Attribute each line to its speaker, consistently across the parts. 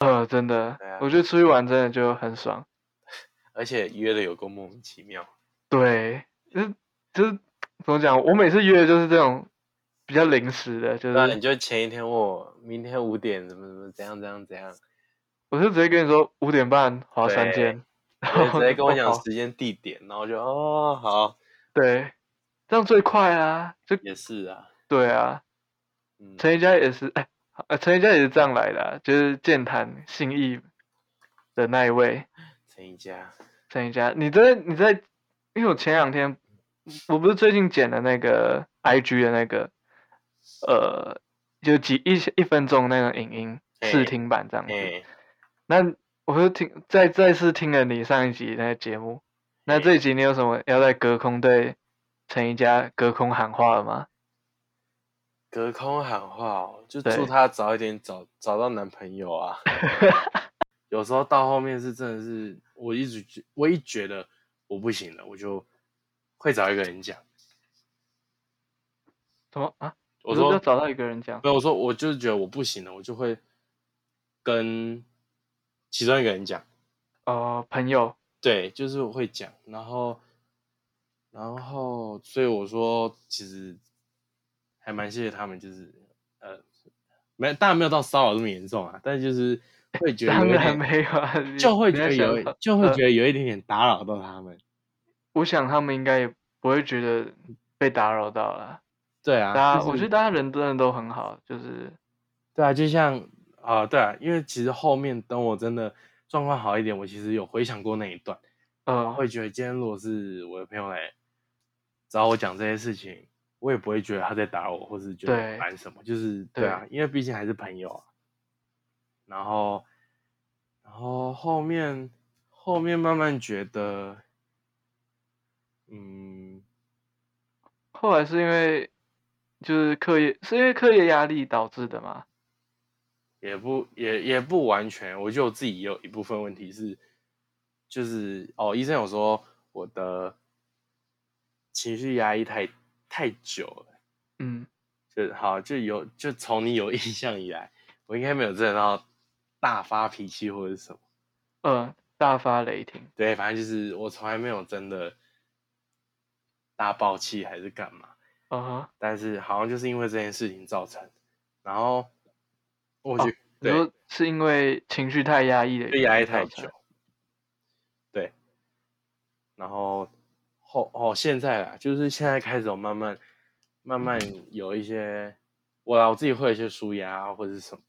Speaker 1: 哦，真的
Speaker 2: 对啊，
Speaker 1: 我觉得出去玩真的就很爽。
Speaker 2: 而且约的有够莫名其妙。
Speaker 1: 对，就是就是怎么讲，我每次约的就是这种比较临时的，就
Speaker 2: 那
Speaker 1: 是
Speaker 2: 啊你就前一天问我明天五点怎么怎么怎样怎样怎样，
Speaker 1: 我就直接跟你说五点半划三
Speaker 2: 对
Speaker 1: 间，然
Speaker 2: 你就
Speaker 1: 后
Speaker 2: 直接跟我
Speaker 1: 就
Speaker 2: 讲
Speaker 1: 好
Speaker 2: 时间地点，然后就哦好，
Speaker 1: 对，这样最快啊，就
Speaker 2: 也是啊，
Speaker 1: 对啊，
Speaker 2: 嗯，
Speaker 1: 陈怡佳也是，哎，呃，陈怡佳也是这样来的啊、就是健谈信义的那一位
Speaker 2: 陈一家，
Speaker 1: 陈怡佳，你在你在，因为我前两天我不是最近剪的那个 IG 的那个，呃，就几一一分钟那个影音试
Speaker 2: 嘿
Speaker 1: 听版这样子，
Speaker 2: 哎，
Speaker 1: 那我就听再再次听了你上一集那个节目，那
Speaker 2: 嘿
Speaker 1: 这一集你有什么要在隔空对陈怡佳隔空喊话了吗？
Speaker 2: 隔空喊话哦，就
Speaker 1: 对
Speaker 2: 祝她早一点找找到男朋友啊。有时候到后面是真的是，我一直觉我一觉得我不行了，我就会找一个人讲。
Speaker 1: 什么啊？你
Speaker 2: 我
Speaker 1: 是不是
Speaker 2: 说
Speaker 1: 要找到一个人讲
Speaker 2: 没有，我说我就是觉得我不行了，我就会跟其中一个人讲。
Speaker 1: 哦，朋友，
Speaker 2: 对，就是我会讲，然后，然后，所以我说，其实还蛮谢谢他们，就是呃，没，当然没有到骚扰这么严重啊，但是就是会觉得
Speaker 1: 当
Speaker 2: 有一
Speaker 1: 然
Speaker 2: 点，
Speaker 1: 没有啊，你
Speaker 2: 就会
Speaker 1: 你
Speaker 2: 觉
Speaker 1: 在
Speaker 2: 得
Speaker 1: 想
Speaker 2: 有一
Speaker 1: 什么，
Speaker 2: 就会
Speaker 1: 呃
Speaker 2: 觉得有一点点打扰到他们。
Speaker 1: 我想他们应该也不会觉得被打扰到了。
Speaker 2: 对
Speaker 1: 大
Speaker 2: 啊，
Speaker 1: 家，
Speaker 2: 就
Speaker 1: 我
Speaker 2: 是
Speaker 1: 觉得大家人真的都很好，就是
Speaker 2: 对啊，就像啊、对啊，因为其实后面等我真的状况好一点，我其实有回想过那一段，
Speaker 1: 呃，
Speaker 2: 会觉得今天如果是我的朋友来找我讲这些事情，我也不会觉得他在打我，或是觉得
Speaker 1: 对
Speaker 2: 烦什么，就是对啊，因为毕竟还是朋友啊。然后，然后后面后面慢慢觉得，嗯，
Speaker 1: 后来是因为就是课业，是因为课业压力导致的嘛？
Speaker 2: 也不也也不完全，我觉得我自己也有一部分问题是，就是哦，医生有说我的情绪压抑太太久了。
Speaker 1: 嗯，
Speaker 2: 就好，就有就从你有印象以来，我应该没有真的到大发脾气或者是什么。
Speaker 1: 呃，大发雷霆，
Speaker 2: 对，反正就是我从来没有真的大爆气还是干嘛，
Speaker 1: 嗯哼，
Speaker 2: 但是好像就是因为这件事情造成。然后我觉
Speaker 1: 哦
Speaker 2: 得、
Speaker 1: 你
Speaker 2: 对，
Speaker 1: 说是因为情绪太压抑的，
Speaker 2: 被压抑太久，，对。然后后哦，现在啦，就是现在开始我慢慢慢慢有一些，我啦我自己会有一些舒压啊或者是什么。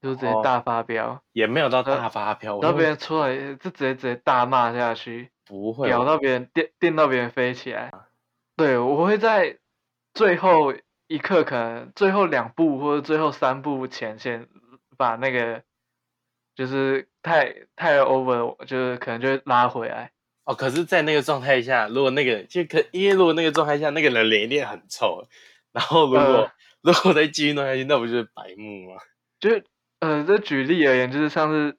Speaker 1: 就直接
Speaker 2: 然后
Speaker 1: 大发飙，
Speaker 2: 也没有到大发飙，我
Speaker 1: 然后别
Speaker 2: 会
Speaker 1: 人出来就直接直接大骂下去，
Speaker 2: 不会哦
Speaker 1: 咬
Speaker 2: 我
Speaker 1: 到别人，电电到别人飞起来。对，我会在最后一刻，可能最后两步或者最后三步前先把那个就是太太 over，就是可能就会拉回来。
Speaker 2: 哦，可是，在那个状态下，如果那个就可，因为如果那个状态下那个人脸一定很臭，然后如果、
Speaker 1: 呃
Speaker 2: 如果再继续弄下去，那不就是白目吗？
Speaker 1: 就是呃，这举例而言，就是上次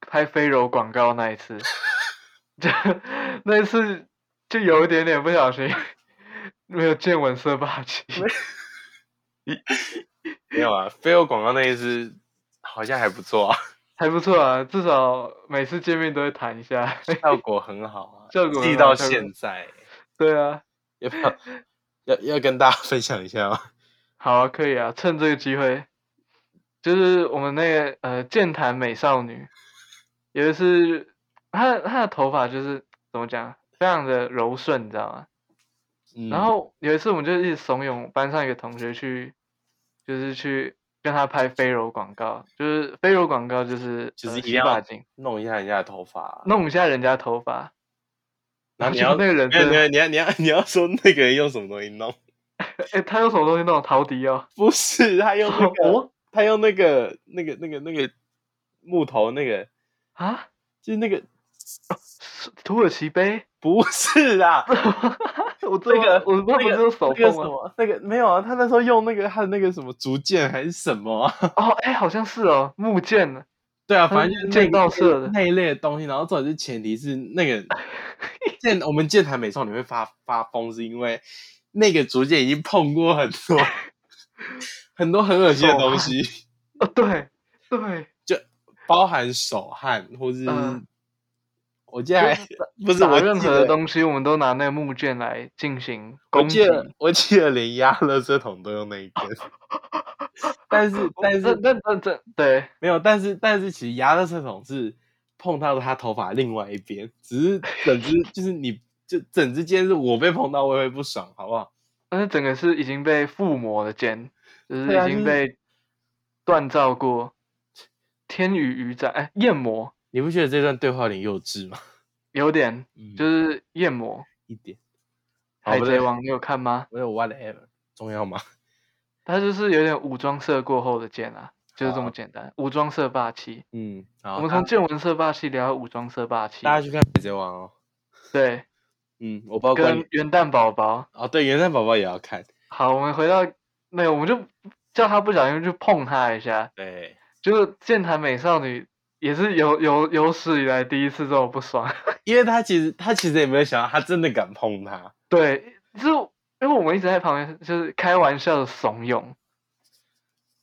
Speaker 1: 拍飞柔广告那一次，就那一次就有一点点不小心没有见闻色霸气。
Speaker 2: 没有啊，飞欧广告那一次好像还不错啊，
Speaker 1: 还不错啊，至少每次见面都会谈一下。
Speaker 2: 效果很好啊，
Speaker 1: 效果
Speaker 2: 记
Speaker 1: 很
Speaker 2: 到
Speaker 1: 好效果
Speaker 2: 现在，
Speaker 1: 对啊，
Speaker 2: 要不要要要跟大家分享一下吗？
Speaker 1: 好啊，可以啊，趁这个机会，就是我们那个呃健谈美少女，有一次她的她的头发就是怎么讲，非常的柔顺，你知道吗？
Speaker 2: 嗯
Speaker 1: 然后有一次我们就一直怂恿班上一个同学去，就是去跟他拍飞柔广告，就是飞柔广告就是
Speaker 2: 就是
Speaker 1: 呃
Speaker 2: 一定
Speaker 1: 洗
Speaker 2: 要
Speaker 1: 发精，
Speaker 2: 弄一下人家的头发啊、
Speaker 1: 弄一下人家头发，
Speaker 2: 然后你
Speaker 1: 就
Speaker 2: 要
Speaker 1: 嗯那个人
Speaker 2: 没有
Speaker 1: 真
Speaker 2: 没
Speaker 1: 的
Speaker 2: 有你要你要 你要说那个人用什么东西弄？
Speaker 1: 哎他用什么东西弄陶笛哦？
Speaker 2: 不是，他用 那个、
Speaker 1: 哦
Speaker 2: 他用那个那个那个那个木头那个。
Speaker 1: 啊，
Speaker 2: 就是那个
Speaker 1: 是土耳其杯？
Speaker 2: 不是 啊，
Speaker 1: 我这
Speaker 2: 那个
Speaker 1: 我不知道不
Speaker 2: 那
Speaker 1: 是
Speaker 2: 个
Speaker 1: 用手
Speaker 2: 那个
Speaker 1: 碰
Speaker 2: 什
Speaker 1: 吗？
Speaker 2: 么那个没有啊，他那时候用那个他的那个什么竹剑还是什么啊、
Speaker 1: 哦，哎，好像是哦，木剑呢？
Speaker 2: 对啊，
Speaker 1: 他
Speaker 2: 反正
Speaker 1: 是
Speaker 2: 就是
Speaker 1: 剑
Speaker 2: 那
Speaker 1: 道
Speaker 2: 一
Speaker 1: 社的
Speaker 2: 那一类的东西。然后重点是前提是 那个剑，我们剑台美少女会发发疯，是因为那个竹剑已经碰过 很多很多很恶心的东西，
Speaker 1: 哦，对对，
Speaker 2: 包含手汗或是，
Speaker 1: 嗯
Speaker 2: 我记得还不是
Speaker 1: 打
Speaker 2: 我
Speaker 1: 任
Speaker 2: 记
Speaker 1: 何
Speaker 2: 得
Speaker 1: 东西，我们都拿那个木剑来进行
Speaker 2: 我
Speaker 1: 攻击
Speaker 2: 记。得我记得连压垃圾桶都用那一根， 但是但是
Speaker 1: 这这这这对
Speaker 2: 没有，但是但是其实压垃圾桶是碰到他头发另外一边，只是整只就是你就整只肩是我被碰到，我也会不爽，好不好？
Speaker 1: 但是整个是已经被附魔的剑，就是
Speaker 2: 对啊
Speaker 1: 已
Speaker 2: 就
Speaker 1: 经
Speaker 2: 是
Speaker 1: 被锻造过。天宇鱼仔，哎，焰魔
Speaker 2: 你不觉得这段对话有点幼稚吗？
Speaker 1: 有点
Speaker 2: 嗯
Speaker 1: 就是焰魔，
Speaker 2: 一点。好
Speaker 1: 海
Speaker 2: 不
Speaker 1: 贼
Speaker 2: 对
Speaker 1: 王你有看吗？
Speaker 2: 没有 whatever 重要吗？
Speaker 1: 他就是有点武装色过后的剑啊，就是这
Speaker 2: 好
Speaker 1: 么简单。武装色霸气，
Speaker 2: 嗯，好，
Speaker 1: 我们
Speaker 2: 大
Speaker 1: 从见闻色霸气聊到武装色霸气
Speaker 2: 大，家去看《海贼王》哦。
Speaker 1: 对，
Speaker 2: 嗯，我包括
Speaker 1: 跟元旦宝宝。
Speaker 2: 哦，对，元旦宝宝也要看。
Speaker 1: 好，我们回到那个，我们就叫他不小心去碰他一下，
Speaker 2: 对，
Speaker 1: 就是健谈美少女也是有有有史以来第一次这么不爽。
Speaker 2: 因为他其实他其实也没有想到，他真的敢碰他。
Speaker 1: 对，就是因为我们一直在旁边就是开玩笑的怂恿，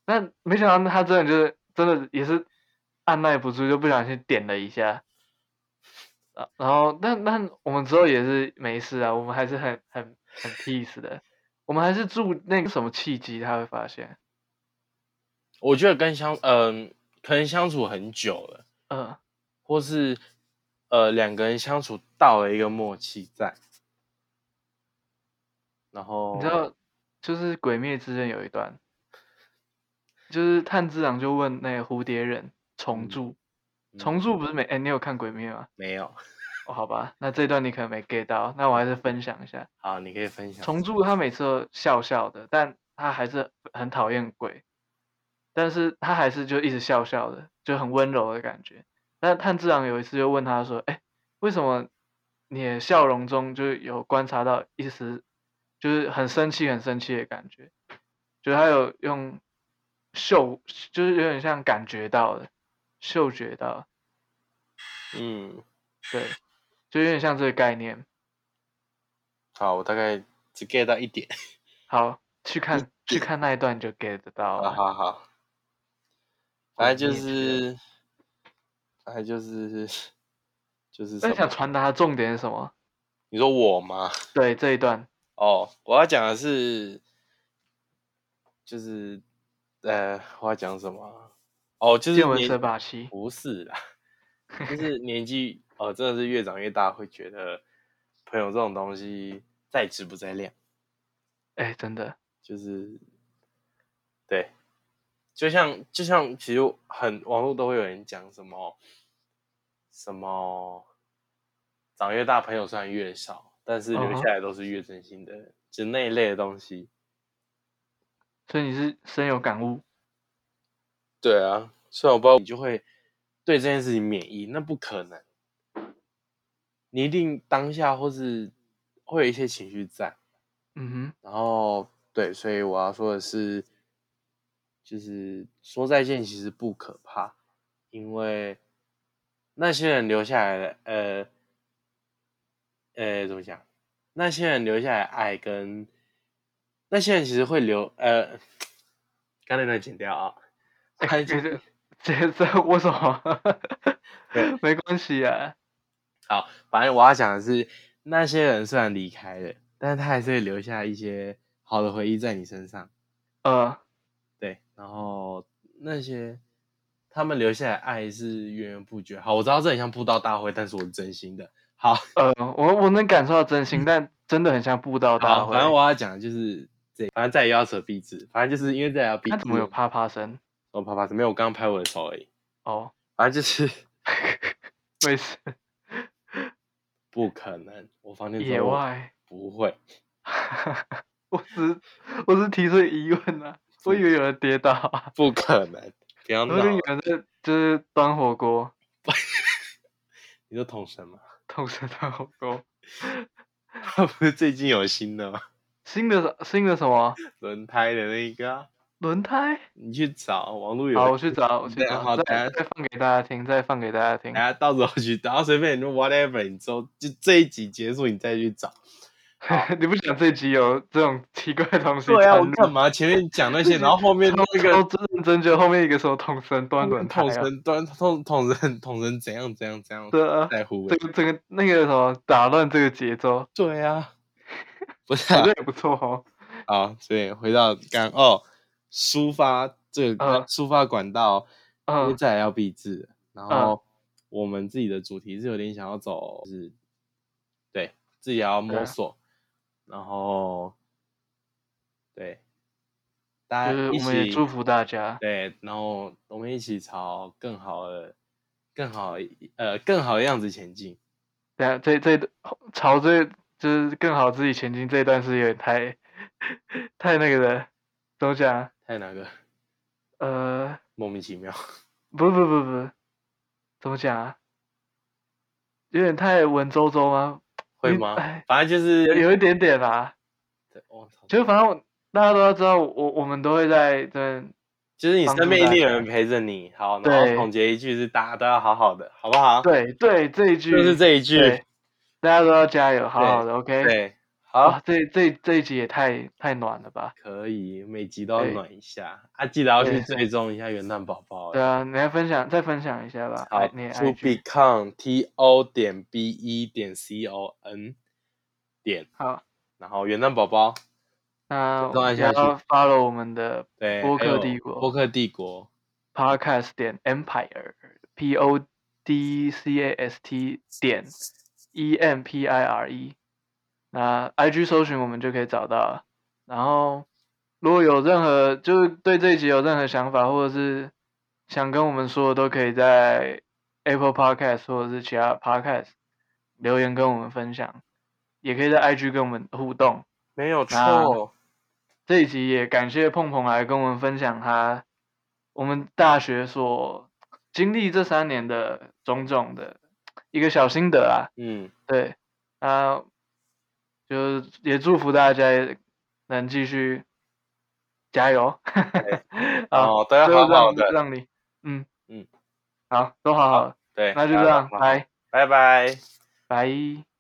Speaker 1: 但没想到他真的就是真的也是按耐不住，就不小心点了一下。啊然后，但但我们之后也是没事啊，我们还是很很很 peace 的，我们还是住那个什么契机，他会发现，
Speaker 2: 我觉得跟相嗯、可能相处很久了，
Speaker 1: 嗯、
Speaker 2: 或是呃两个人相处到了一个默契在，然后
Speaker 1: 你知道，就是《鬼灭之刃》有一段，就是炭治郎就问那个蝴蝶忍重
Speaker 2: 嗯
Speaker 1: 铸，
Speaker 2: 嗯
Speaker 1: 重铸不是每哎、你有看《鬼灭》吗？
Speaker 2: 没有？
Speaker 1: 哦，好吧，那这段你可能没 get 到，那我还是分享一下。
Speaker 2: 好，你可以分享。
Speaker 1: 重铸他每次都笑笑的，但他还是很讨厌鬼，但是他还是就一直笑笑的，就很温柔的感觉。但炭治郎有一次就问他说：“哎、为什么你的笑容中就有观察到一丝就是很生气、很生气的感觉？”就是他有用嗅，就是有点像感觉到的，嗅觉到。
Speaker 2: 嗯，
Speaker 1: 对，就有点像这个概念。
Speaker 2: 好，我大概只 get 到一点。
Speaker 1: 好，去看去看那一段你就 get 得到
Speaker 2: 啊好
Speaker 1: 了。
Speaker 2: 好好，反正
Speaker 1: 你
Speaker 2: 就
Speaker 1: 也
Speaker 2: 是，反正就是，就是什
Speaker 1: 那你想
Speaker 2: 么？
Speaker 1: 传达的重点是什么？
Speaker 2: 你说我吗？
Speaker 1: 对这一段，
Speaker 2: 哦，我要讲的是，就是，呃，我要讲什么啊？哦，就是
Speaker 1: 见闻
Speaker 2: 年
Speaker 1: 色霸气。
Speaker 2: 不是啦，就是年纪哦，真的是越长越大，会觉得朋友这种东西在质不在量，
Speaker 1: 哎，真的，
Speaker 2: 就是对，就像就像其实很网络都会有人讲什么什么长越大朋友虽然越少，但是留
Speaker 1: 嗯哼
Speaker 2: 下来都是越真心的人就那一类的东西。
Speaker 1: 所以你是深有感悟。
Speaker 2: 对啊，虽然我不知道你就会对这件事情免疫，那不可能。你一定当下或是会有一些情绪在，
Speaker 1: 嗯
Speaker 2: 然后对，所以我要说的是，就是说再见其实不可怕，因为那些人留下来的，呃，呃，怎么讲？那些人留下来的爱跟那些人其实会留，呃， 刚才那段剪掉啊，
Speaker 1: 哼，
Speaker 2: 还
Speaker 1: 哎，
Speaker 2: 是
Speaker 1: 这个这这为什么？
Speaker 2: 对
Speaker 1: 没关系啊。
Speaker 2: 好，反正我要讲的是，那些人虽然离开了，但是他还是会留下一些好的回忆在你身上。
Speaker 1: 呃，
Speaker 2: 对，然后那些他们留下来的爱是源源不绝。好，我知道这很像布道大会，但是我是真心的。好，
Speaker 1: 呃，我我能感受到真心，但真的很像布道大
Speaker 2: 嗯好，
Speaker 1: 会。
Speaker 2: 反正我要讲的就是这，反正再也要扯壁纸，反正就是因为再也要壁纸。哦
Speaker 1: 他怎么有啪啪声？
Speaker 2: 我啪啪？没有，我刚刚拍我的手而已。
Speaker 1: 哦，
Speaker 2: 反正就是
Speaker 1: 没事。
Speaker 2: 不可能，我房间只有
Speaker 1: 野
Speaker 2: 我
Speaker 1: 外，
Speaker 2: 不会。
Speaker 1: 我只是我只是提出疑问啊，我以为有人跌倒啊。
Speaker 2: 不可能，不要
Speaker 1: 我
Speaker 2: 闹
Speaker 1: 跟有
Speaker 2: 了！
Speaker 1: 人在就是端火锅，
Speaker 2: 你说桶神吗？
Speaker 1: 同时端火锅。
Speaker 2: 他不是最近有新的吗？
Speaker 1: 新的什新的什么
Speaker 2: 轮胎的那一个啊、
Speaker 1: 轮胎？
Speaker 2: 你去找网络有。
Speaker 1: 好，我去找，我去
Speaker 2: 对
Speaker 1: 找，
Speaker 2: 好
Speaker 1: 再
Speaker 2: 等下
Speaker 1: 再放给大家听，再放给大家听
Speaker 2: 等。下到时候去，然后随便你就 whatever，你之后就这一集结束你再去找。
Speaker 1: 你不想这集有这种奇怪的东西
Speaker 2: 对啊，
Speaker 1: 掺
Speaker 2: 我
Speaker 1: 入？
Speaker 2: 干嘛前面讲那些，然后后面
Speaker 1: 超
Speaker 2: 那
Speaker 1: 超
Speaker 2: 个
Speaker 1: 真的真觉得后面一个什么统神端轮胎
Speaker 2: 统
Speaker 1: 啊，
Speaker 2: 神端统统神统神怎样怎样怎样，
Speaker 1: 对啊，
Speaker 2: 在乎欸
Speaker 1: 这个这个那个什么打乱这个节奏，
Speaker 2: 对啊， 不是
Speaker 1: 我
Speaker 2: 啊
Speaker 1: 觉得也不错 哦。
Speaker 2: 好，所以回到刚哦，抒发这个、
Speaker 1: 嗯
Speaker 2: 抒发管道，因为
Speaker 1: 嗯
Speaker 2: 再来要避制，然后我们自己的主题是有点想要走，就是对自己要摸
Speaker 1: 对啊
Speaker 2: 索，然后对大家
Speaker 1: 就是
Speaker 2: 一
Speaker 1: 我们也
Speaker 2: 起
Speaker 1: 祝福大家，
Speaker 2: 对，然后我们一起朝更好的、更好的呃更好的样子前进。
Speaker 1: 等下啊这这朝这就是更好自己前进这一段是有点太 太那个的，怎么讲啊？
Speaker 2: 太哪个
Speaker 1: 呃，
Speaker 2: 莫名其妙，
Speaker 1: 不不不不，怎么讲啊？有点太文绉绉吗？
Speaker 2: 会
Speaker 1: 你
Speaker 2: 吗
Speaker 1: 哎？
Speaker 2: 反正就是
Speaker 1: 有有一点点啦、
Speaker 2: 对我操
Speaker 1: 就反正我大家都要知道，我我们都会在这，
Speaker 2: 就是你
Speaker 1: 帮
Speaker 2: 身
Speaker 1: 助
Speaker 2: 边一
Speaker 1: 大
Speaker 2: 定有
Speaker 1: 家
Speaker 2: 人陪着你。好，然后
Speaker 1: 对
Speaker 2: 总结一句是大家都要好好的，好不好？，
Speaker 1: 对对这一句
Speaker 2: 就是这一句。
Speaker 1: 对大家都要加油，好好的，OK。
Speaker 2: 对，
Speaker 1: 啊
Speaker 2: 好，，
Speaker 1: 这这这一集也太太暖了吧？
Speaker 2: 可以，每集都要
Speaker 1: 对
Speaker 2: 暖一下啊！记得要去
Speaker 1: 对
Speaker 2: 追踪一下元旦宝宝。欸
Speaker 1: 对啊，你来分享，再分享一下吧。
Speaker 2: 好
Speaker 1: 哎你的
Speaker 2: ，to
Speaker 1: IG
Speaker 2: become t o 点 b e 点 c o n 点，
Speaker 1: 好，
Speaker 2: 然后元旦宝宝
Speaker 1: 那
Speaker 2: 都按
Speaker 1: 也
Speaker 2: 下
Speaker 1: 要
Speaker 2: 去
Speaker 1: follow 我们的
Speaker 2: 对，
Speaker 1: 播
Speaker 2: 还
Speaker 1: 客
Speaker 2: 有
Speaker 1: 帝国
Speaker 2: 播客帝国
Speaker 1: podcast 点 empire p o d c a s t 点 e m p i r e，那 IG 搜寻我们就可以找到了。然后如果有任何就是对这一集有任何想法，或者是想跟我们说，都可以在 Apple Podcast 或者是其他 Podcast 留言跟我们分享，也可以在 IG 跟我们互动。
Speaker 2: 没有
Speaker 1: 那
Speaker 2: 错，
Speaker 1: 这一集也感谢碰碰来跟我们分享他我们大学所经历这三年的种种的一个小心得啊。
Speaker 2: 嗯，
Speaker 1: 对，啊，就是也祝福大家能继续加油。好，
Speaker 2: 哦，都要
Speaker 1: 最后
Speaker 2: 好好
Speaker 1: 让
Speaker 2: 的，
Speaker 1: 让你，嗯
Speaker 2: 嗯，
Speaker 1: 好，都好好，
Speaker 2: 对，
Speaker 1: 那就
Speaker 2: 大
Speaker 1: 这
Speaker 2: 家
Speaker 1: 样，
Speaker 2: 好好，
Speaker 1: 拜
Speaker 2: 拜拜。
Speaker 1: 拜。